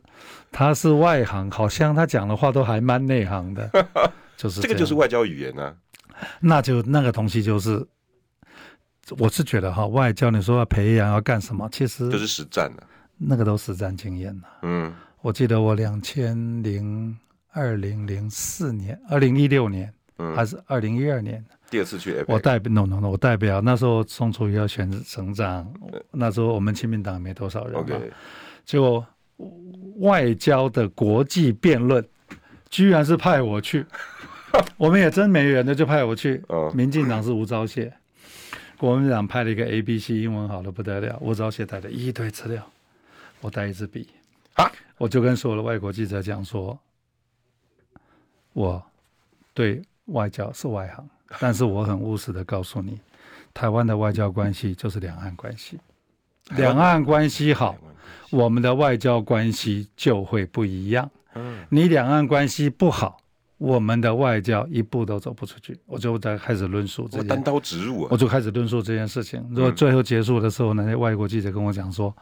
S2: 他是外行，好像他讲的话都还蛮内行 的，就是
S1: 这个
S2: 样
S1: 就是外交语言啊，
S2: 那就那个东西就是，我是觉得哈，外交你说要培养要干什么，其实
S1: 就是实战啊。
S2: 那个都实战经验了。
S1: 嗯，
S2: 我记得我两千零二零零四年、二零一六年、
S1: 嗯
S2: 还是二零一二年，
S1: 第二次去 a
S2: 我代表 no no no，我代表那时候宋楚瑜要选省长，那时候我们亲民党没多少人嘛，
S1: OK，
S2: 结果外交的国际辩论，居然是派我去，我们也真没缘的就派我去
S1: 哦。
S2: 民进党是吴钊燮，国民党派了一个 A B C，英文好的不得了，吴钊燮带了一堆资料，我带一支笔
S1: 啊，
S2: 我就跟所有的外国记者讲说，我对外交是外行，但是我很务实的告诉你，台湾的外交关系就是两岸关系，两岸关系好。
S1: 嗯
S2: 我们的外交关系就会不一样。
S1: 嗯
S2: 你两岸关系不好，我们的外交一步都走不出去。我就在开始论述这
S1: 我
S2: 件
S1: 单，刀直入
S2: 我
S1: 啊，
S2: 就开始论述这件事情。如果最后结束的时候，那些外国记者跟我讲说，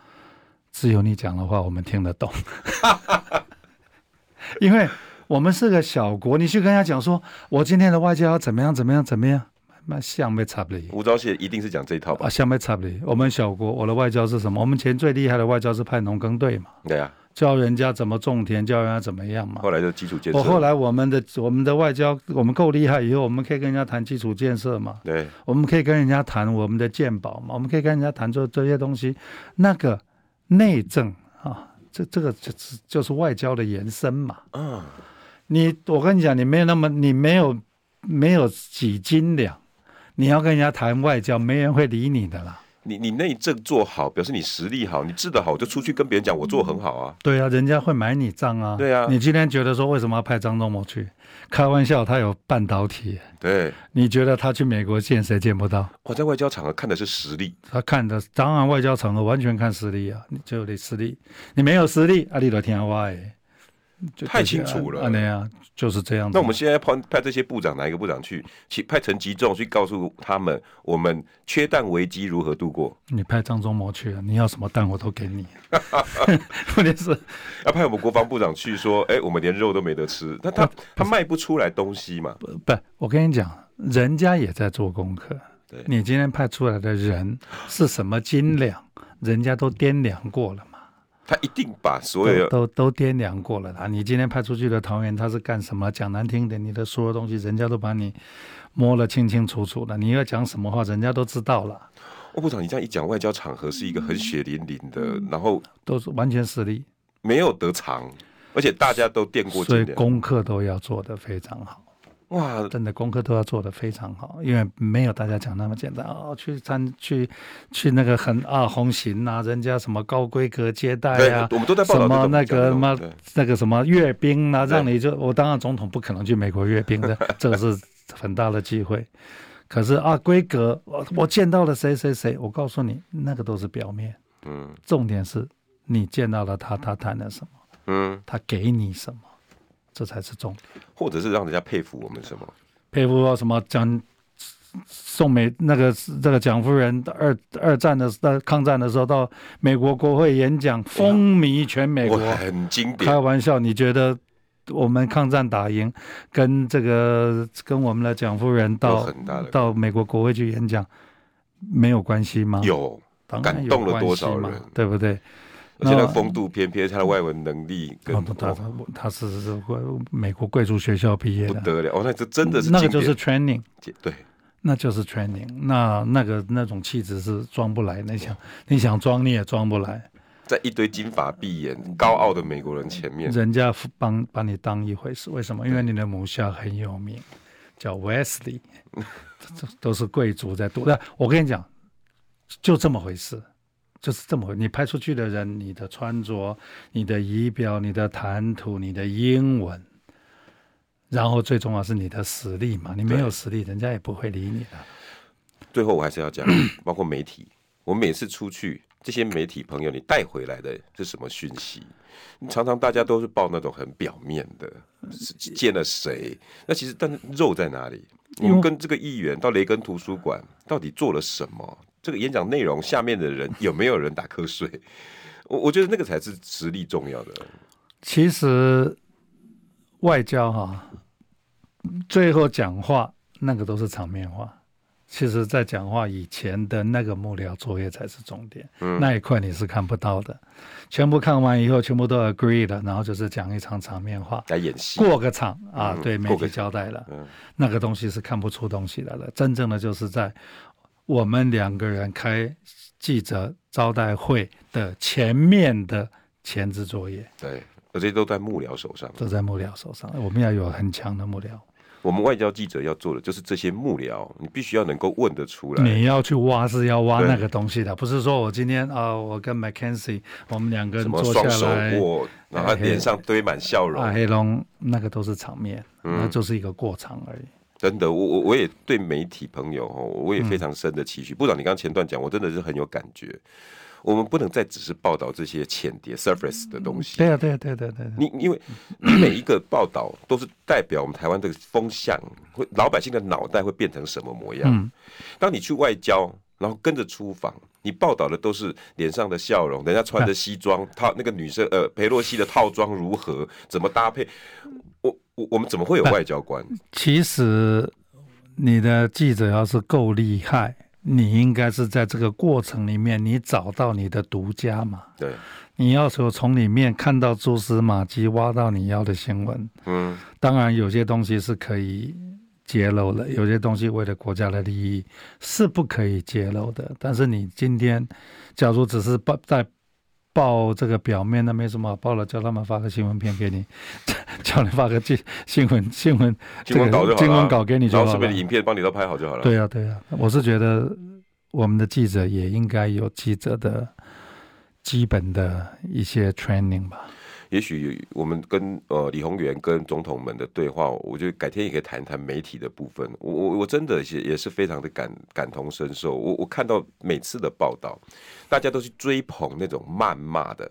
S2: 只有你讲的话我们听得懂， 因为我们是个小国，你去跟他讲说，我今天的外交要怎么样怎么样怎么样，那像被插不离。
S1: 吴钊燮一定是讲这一套吧
S2: 啊，？像被插不离。我们小国，我的外交是什么？我们前最厉害的外交是派农耕队嘛。
S1: 对啊，
S2: 教人家怎么种田，教人家怎么样嘛。
S1: 后来就基础建设。
S2: 我后来我们的我们的外交，我们够厉害以后，我们可以跟人家谈基础建设嘛，
S1: 对
S2: 我们可以跟人家谈我们的鉴宝嘛，我们可以跟人家谈这这些东西。那个内政啊，这这个就是就是外交的延伸嘛。
S1: 啊，
S2: 你我跟你讲，你没有那么你没有没有几斤两，你要跟人家谈外交，没人会理你的啦。
S1: 你你内政做好，表示你实力好，你治得好，我就出去跟别人讲我做很好啊。
S2: 对啊，人家会买你账啊。
S1: 对啊
S2: 你今天觉得说为什么要派张忠谋去？开玩笑，他有半导体，
S1: 对，
S2: 你觉得他去美国见谁见不到？
S1: 我在外交场合看的是实力，
S2: 他看的当然外交场合完全看实力啊，你就得实力，你没有实力，阿里罗听话的。就
S1: 太清楚了
S2: 啊，那样就是这样子。
S1: 那我们现在派派这些部长哪一个部长去，去派陈吉仲去告诉他们，我们缺蛋危机如何度过？
S2: 你派张忠谋去，啊你要什么蛋我都给你。 问题是，
S1: 要啊派我们国防部长去说， 哎、我们连肉都没得吃，那他他卖不出来东西嘛？
S2: 不不，我跟你讲，人家也在做功课。
S1: 对
S2: 你今天派出来的人是什么斤两，人家都掂量过了嘛，
S1: 他一定把所有
S2: 都都都掂量过了啦。你今天派出去的桃园他是干什么？讲难听点，你的所有东西人家都把你摸了清清楚楚了，你要讲什么话，人家都知道了，
S1: 哦，部长，你这样一讲，外交场合是一个很血淋淋的，
S2: 嗯
S1: 然后
S2: 都是完全实力，
S1: 没有得藏，而且大家都垫过
S2: 所以
S1: 斤两。
S2: 功课都要做得非常好。
S1: 哇，
S2: 真的功课都要做得非常好，因为没有大家讲那么简单哦。去参去去那个很啊红行啊，人家什么高规格接待
S1: 对
S2: 啊，，
S1: 我们都在报道
S2: 什么
S1: 这种
S2: 那个
S1: 这
S2: 什
S1: 种
S2: 么
S1: 对
S2: 那个什么阅兵啊，
S1: 对
S2: 让你就我当然总统不可能去美国阅兵的， 这个是很大的机会。可是啊，规格我我见到了谁谁谁，我告诉你，那个都是表面，
S1: 嗯
S2: 重点是你见到了他，他谈了什么，
S1: 嗯，
S2: 他给你什么，这才是重点。
S1: 或者是让人家佩服我们什么？
S2: 佩服啊到什么蒋宋美那个这个蒋夫人二二战的呃抗战的时候到美国国会演讲，风靡全美
S1: 我
S2: 国。
S1: 很经典
S2: 开，玩笑，你觉得我们抗战打赢，跟这个跟我们的蒋夫人
S1: 有
S2: 到
S1: 很大的
S2: 到美国国会去演讲没有关系吗？，
S1: 有，
S2: 当然
S1: 感
S2: 有
S1: 动了
S2: 关
S1: 多
S2: 系
S1: 少
S2: 嘛
S1: 人
S2: 对不对？
S1: 而且那
S2: 那
S1: 个风度翩翩，他的外文能力跟
S2: 他他
S1: 哦
S2: 他他是是美国贵族学校毕业
S1: 不
S2: 的，
S1: 得了，哦，那这真的是
S2: 那个
S1: 经
S2: 就是
S1: 典，
S2: training。
S1: 对，
S2: 那就是 training，那那个那种气质是装不来，你想你想装你也装不来，
S1: 在一堆金发碧眼、高傲的美国人前面，
S2: 人家帮把你当一回事，为什么？因为你的母校很有名，叫 Wesley，这 这都是贵族在读。那我跟你讲，就这么回事，就是这么回你派出去的人，你的穿着、你的仪表、你的谈吐、你的英文，然后最重要是你的实力嘛，你没有实力，人家也不会理你的。
S1: 最后我还是要讲，包括媒体，我每次出去，这些媒体朋友你带回来的是什么讯息？常常大家都是报那种很表面的，是见了谁？那其实，但是肉在哪里？我们跟这个议员到雷根图书馆到底做了什么？这个演讲内容下面的人有没有人打瞌睡？我我觉得那个才是实力重要的。
S2: 其实外交哈、最后讲话那个都是场面话。其实，在讲话以前的那个幕僚作业才是重点，
S1: 嗯
S2: 那一块你是看不到的。全部看完以后，全部都 agree 了，然后就是讲一场场面话，
S1: 来演戏，
S2: 过个场啊，
S1: 嗯
S2: 对媒
S1: 过个
S2: 体
S1: 场
S2: 交代了，
S1: 嗯
S2: 那个东西是看不出东西来的。真正的就是在我们两个人开记者招待会的前面的前置作业，
S1: 对，而且都在幕僚手上。
S2: 都在幕僚手上。我们要有很强的幕僚，
S1: 我们外交记者要做的就是这些幕僚，你必须要能够问得出来。
S2: 你要去挖是要挖
S1: 对
S2: 那个东西的，不是说我今天啊、我跟 Mackenzie 我们两个
S1: 什
S2: 人
S1: 么
S2: 坐
S1: 双
S2: 下
S1: 手
S2: 来，哎
S1: 握，然后他脸上堆满笑容
S2: 啊。黑龙那个都是场面，
S1: 嗯
S2: 那就是一个过场而已。
S1: 真的，我我我也对媒体朋友哦，我
S2: 嗯
S1: 也非常深的期许。部长，你刚刚前段讲，我真的是很有感觉。我们不能再只是报道这些浅碟 surface 的东西。
S2: 对啊，对啊，对啊对啊对啊对啊，
S1: 你因 为你每一个报道都是代表我们台湾这个风向，会老百姓的脑袋会变成什么模样？
S2: 嗯
S1: 当你去外交，然后跟着出访，你报道的都是脸上的笑容，人家穿着
S2: 嗯
S1: 西装，套那个女生呃裴洛西的套装如何，怎么搭配？我我我们怎么会有外交官？
S2: 其实你的记者要是够厉害，你应该是在这个过程里面，你找到你的独家嘛。
S1: 对，
S2: 你要说从里面看到蛛丝马迹，挖到你要的新闻，
S1: 嗯，
S2: 当然有些东西是可以揭露的，有些东西为了国家的利益是不可以揭露的。但是你今天，假如只是报在报这个表面，那没什么好报了，叫他们发个新闻片给你， 叫你发个新新闻新闻
S1: 新闻稿就好了，啊
S2: 新闻稿给你就
S1: 然后
S2: 好
S1: 顺
S2: 了
S1: 便。影片帮你都拍好就好了。
S2: 对呀、啊对呀、我是觉得我们的记者也应该有记者的基本的一些 training 吧。
S1: 也许我们跟呃李宏源跟总统们的对话，我觉得改天也可以谈谈媒体的部分。我我我真的也也是非常的感感同身受。我我看到每次的报道，大家都去追捧那种谩骂的，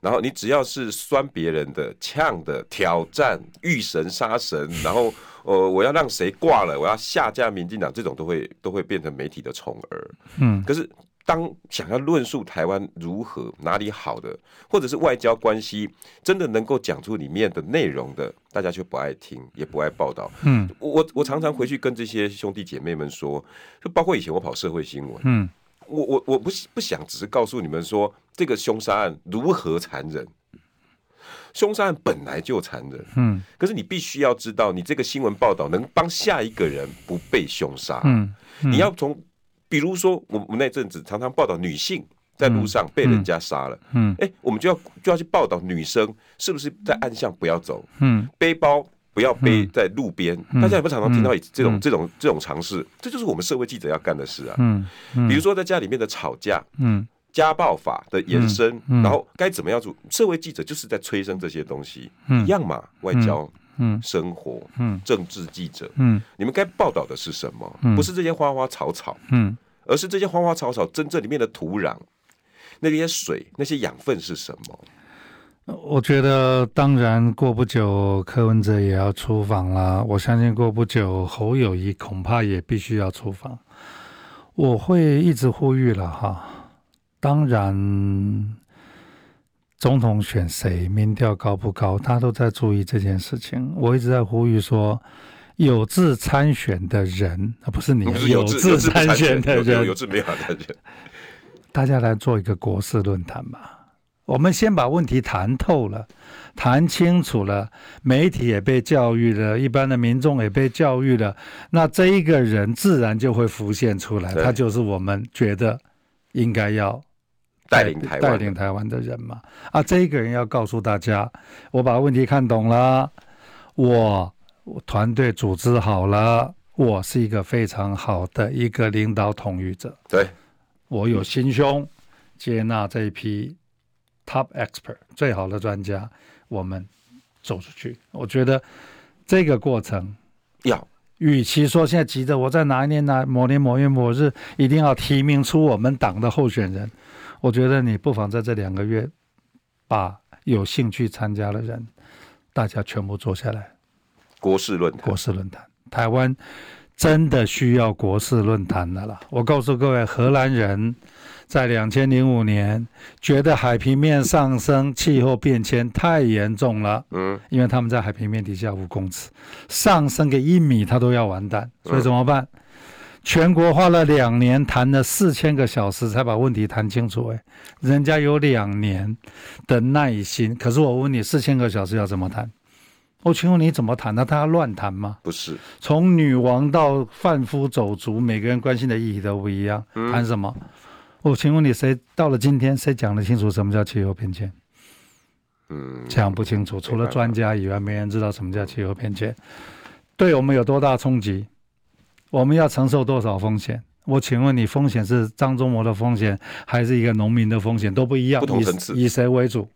S1: 然后你只要是酸别人的、呛的、挑战遇神杀神，然后呃我要让谁挂了，我要下架民进党，这种都会都会变成媒体的宠儿。
S2: 嗯，
S1: 可是当想要论述台湾如何哪里好的，或者是外交关系真的能够讲出里面的内容的，大家却不爱听，也不爱报道。
S2: 嗯
S1: 我我我常常回去跟这些兄弟姐妹们说，就包括以前我跑社会新闻，
S2: 嗯
S1: 我我我不不想只是告诉你们说这个凶杀案如何残忍。凶杀案本来就残忍，
S2: 嗯
S1: 可是你必须要知道，你这个新闻报道能帮下一个人不被凶杀。
S2: 嗯
S1: 你要从，比如说我们那阵子常常报道女性在路上被人家杀了，
S2: 嗯
S1: 哎、我们就要就要去报道女生是不是在暗巷不要走，
S2: 嗯
S1: 背包不要背在路边。大家有没有常常听到这种、这种这种尝试？这就是我们社会记者要干的事啊。
S2: 嗯
S1: 比如说在家里面的吵架。
S2: 嗯
S1: 家暴法的延伸，然后该怎么样做？社会记者就是在催生这些东西，一样嘛，外交、
S2: 嗯
S1: 生活、
S2: 嗯
S1: 政治记者，
S2: 嗯
S1: 你们该报道的是什么？不是这些花花草草，
S2: 嗯
S1: 而是这些花花草草真正里面的土壤，那些水、那些养分是什么？
S2: 我觉得当然过不久柯文哲也要出访啦，我相信过不久侯友谊恐怕也必须要出访。我会一直呼吁了哈，当然总统选谁，民调高不高，他都在注意这件事情。我一直在呼吁说。有志参选的人，啊，不是你，
S1: 不是
S2: 有
S1: 志有
S2: 志参选的
S1: 有有
S2: 人
S1: 有，志没有参选，
S2: 大家来做一个国事论坛吧。我们先把问题谈透了，谈清楚了，媒体也被教育了，一般的民众也被教育了，那这一个人自然就会浮现出来，
S1: 对
S2: 他就是我们觉得应该要
S1: 带领台
S2: 带
S1: 湾
S2: 领
S1: 的，
S2: 台湾的人嘛。啊，这一个人要告诉大家，我把问题看懂了，我我团队组织好了，我是一个非常好的一个领导统御者。
S1: 对，
S2: 我有心胸，接纳这一批 top expert 最好的专家，我们走出去。我觉得这个过程，
S1: 要
S2: 与其说现在急着我在哪一年哪某年某月某日一定要提名出我们党的候选人，我觉得你不妨在这两个月，把有兴趣参加的人，大家全部坐下来，
S1: 国事论坛
S2: 国，事论坛。台湾真的需要国事论坛的啦！我告诉各位，荷兰人在两千零五年觉得海平面上升、气候变迁太严重了，
S1: 嗯，
S2: 因为他们在海平面底下五公尺，上升个一米，他都要完蛋，所以怎么办？全国花了两年，谈了四千个小时才把问题谈清楚。哎，人家有两年的耐心，可是我问你，四千个小时要怎么谈？我请问你怎么谈呢？他要乱谈吗？
S1: 不是
S2: 从女王到贩夫走卒，每个人关心的议题都不一样，
S1: 嗯
S2: 谈什么？我请问你，谁到了今天，谁讲得清楚什么叫气候变迁？
S1: 嗯，
S2: 讲不清楚，除了专家以外，没人知道什么叫气候变迁，对我们有多大冲击，我们要承受多少风险？我请问你，风险是张忠谋的风险，还是一个农民的风险，都不一样，
S1: 不同层次
S2: 以以谁为主？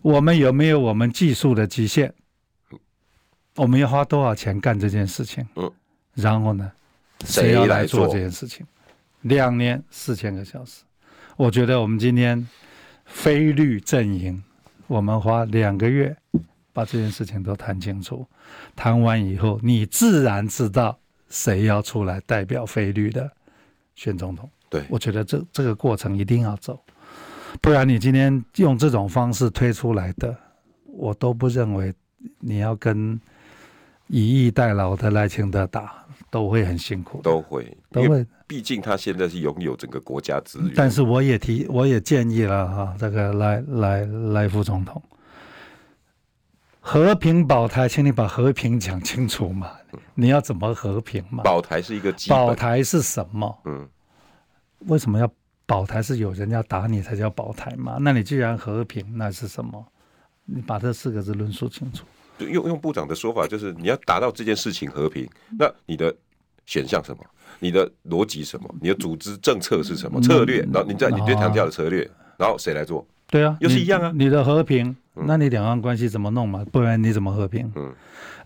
S2: 我们有没有我们技术的极限？我们要花多少钱干这件事情？
S1: 嗯，
S2: 然后呢，
S1: 谁
S2: 谁要
S1: 来
S2: 来做
S1: 做
S2: 这件事情？两年四千个小时，我觉得我们今天非律阵营，我们花两个月把这件事情都谈清楚，谈完以后，你自然知道谁要出来代表非律的选总统。
S1: 对
S2: 我觉得这这个过程一定要走，不然你今天用这种方式推出来的，我都不认为你要跟以逸待劳的赖清德打，都会很辛苦的，
S1: 都会，
S2: 都
S1: 因为
S2: 会。
S1: 毕竟他现在是拥有整个国家资源，
S2: 但是我也提，我也建议了哈、这个赖赖赖副总统，和平保台，请你把和平讲清楚嘛，你要怎么和平嘛？
S1: 保台是一个基
S2: 保
S1: 本，
S2: 台是什么？
S1: 嗯，
S2: 为什么要保台？是有人要打你才叫保台嘛？那你既然和平，那是什么？你把这四个字论述清楚。
S1: 对用用部长的说法就是你要达到这件事情和平，
S2: 嗯
S1: 那你的选项什么？你的逻辑什么？你的组织政策是
S2: 嗯
S1: 什么？策略？然后你在你
S2: 哦
S1: 对唐家的策略，然后谁来做？
S2: 对啊，
S1: 又是
S2: 你
S1: 一样啊
S2: 你的和平，那你两岸关系怎么弄嘛？不然你怎么和平？
S1: 嗯，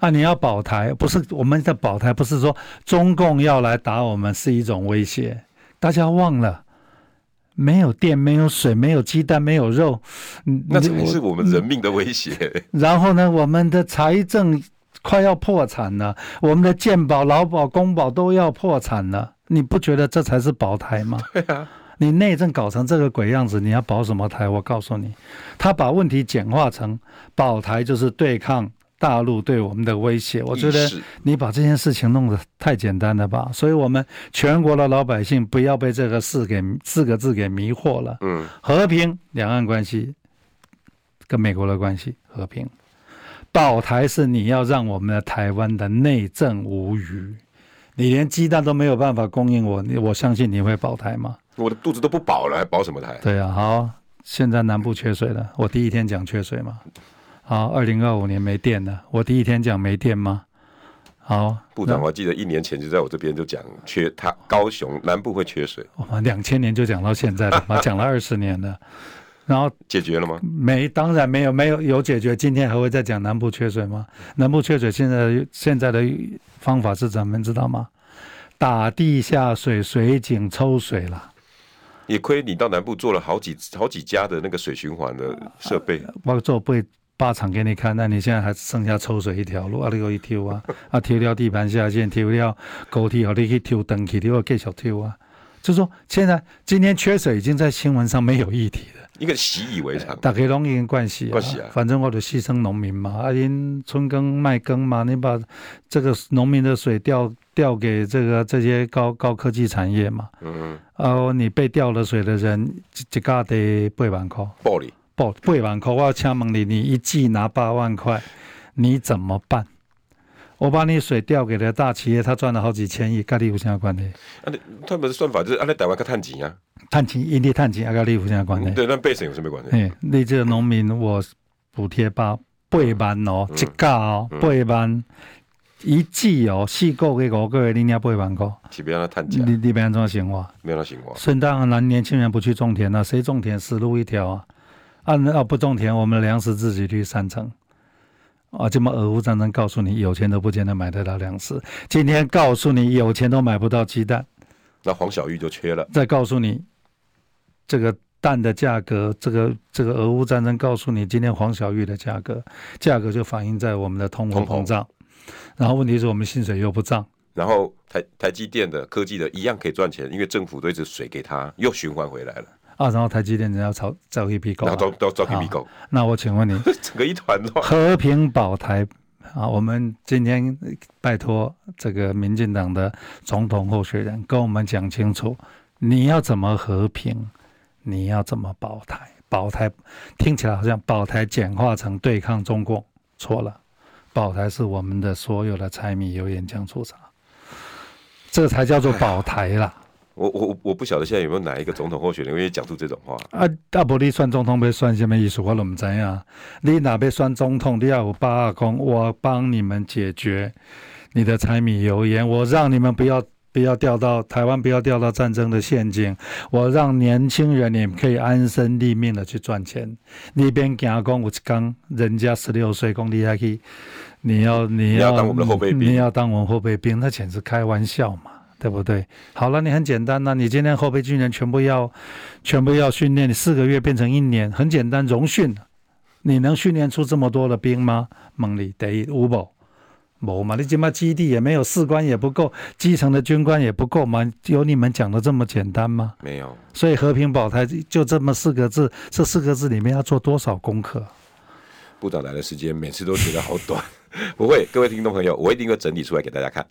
S2: 啊，你要保台，不是我们的保台，不是说中共要来打我们是一种威胁。大家忘了，没有电，没有水，没有鸡蛋，没有肉，嗯
S1: 那才是我们人命的威胁。
S2: 然后呢，我们的财政快要破产了，我们的健保、劳保、公保都要破产了，你不觉得这才是保台吗？对啊。你内政搞成这个鬼样子，你要保什么台？我告诉你，他把问题简化成保台就是对抗大陆对我们的威胁。 我觉
S1: 意
S2: 得
S1: 识
S2: 你把这件事情弄得太简单了吧？所以我们全国的老百姓不要被这个事给四个字给迷惑了。
S1: 嗯，
S2: 和平，两岸关系跟美国的关系和平。保台是你要让我们的台湾的内政无虞，你连鸡蛋都没有办法供应我，你我相信你会保台吗？
S1: 我的肚子都不饱了，还保什么台？
S2: 对啊，好，现在南部缺水了，我第一天讲缺水嘛。好，二零二五年没电了，我第一天讲没电吗？好，
S1: 部长，我还记得一年前就在我这边就讲缺他高雄南部会缺水，
S2: 我们两千年就讲到现在了嘛，讲了二十年了，然后
S1: 解决了吗？
S2: 没，当然没有，没有有解决。今天还会再讲南部缺水吗？南部缺水现在现在的方法是咱们知道吗？打地下水水井抽水了。
S1: 也亏你到南部做了好几好几家的那个水循环的设备，
S2: 我做被坝场给你看，那你现在还剩下抽水一条路，啊，你又一抽啊，啊，抽了地盘下陷，抽了高铁，和你去抽灯去，你又继续抽啊。就说现在今天缺水已经在新闻上没有议题了。
S1: 一个习以为常。
S2: 大家拢已经惯习啊
S1: 惯习啊，
S2: 反正我就牺牲农民嘛，啊，因春耕卖耕嘛，你把这个农民的水调调给这个这些高高科技产业嘛，
S1: 嗯，
S2: 啊，你被调了水的人一一家得八万块，
S1: 暴力
S2: 不八万块，我要请问你，你一季拿八万块，你怎么办？我把你水调给了大企业，他赚了好几千亿，跟你有啥关系？
S1: 啊，你他们的算法就是啊，那台湾跟探井啊，
S2: 探钱，因地探钱，啊，跟你有啥关系？
S1: 对，那背省有什么关系？
S2: 哎，你这个农民我补贴吧八万哦，
S1: 嗯
S2: 一价哦
S1: 嗯
S2: 八万，一季哦四个月五个月你领八万块，
S1: 岂不要让他探井啊，
S2: 你你要安怎生活？
S1: 没有让他醒过。
S2: 所以当然咱年轻人不去种田了、啊谁种田死路一条啊！啊那啊不种田，我们粮食自给率三成。啊，这么俄乌战争告诉你，有钱都不见得买得到粮食。今天告诉你，有钱都买不到鸡蛋，
S1: 那黄小玉就缺了，
S2: 再告诉你这个蛋的价格，这个这个俄乌战争告诉你今天黄小玉的价格，价格就反映在我们的通货
S1: 通膨
S2: 膨胀。然后问题是我们薪水又不涨，
S1: 然后台台积电的科技的一样可以赚钱，因为政府都一直水给他，又循环回来了，
S2: 啊，然后台积电人要炒炒一批狗
S1: 然
S2: 啊、
S1: 后都都招 P P 狗，
S2: 那我请问你，
S1: 整个一团乱。
S2: 和平保台啊，我们今天拜托这个民进党的总统候选人跟我们讲清楚，你要怎么和平，你要怎么保台？保台听起来好像保台简化成对抗中共，错了，保台是我们的所有的柴米油盐酱醋茶，这才叫做保台啦。
S1: 我我我我不晓得现在有没有哪一个总统候选人愿意讲出这种话，
S2: 啊，啊，无你选总统要选什么意思，我都唔知啊影。你若要选总统，你要有把握讲，我帮你们解决你的柴米油盐，我让你们不要不要掉到台湾不要掉到战争的陷阱，我让年轻人也可以安身立命的去赚钱。你边讲讲，我一讲人家十六岁讲你还去，你要你
S1: 你
S2: 要
S1: 要当我们的后备兵
S2: 你要当我们后备兵，那简直开玩笑嘛。对不对？好了，你很简单呐、你今天后备军人全部要，全部要训练，你四个月变成一年，很简单，融训。你能训练出这么多的兵吗？蒙里得有无？无嘛，你今嘛基地也没有，士官也不够，基层的军官也不够嘛，有你们讲的这么简单吗？
S1: 没有。
S2: 所以和平保台就这么四个字，这四个字里面要做多少功课？
S1: 部长来的时间每次都觉得好短， 不会，各位听众朋友，我一定会整理出来给大家看。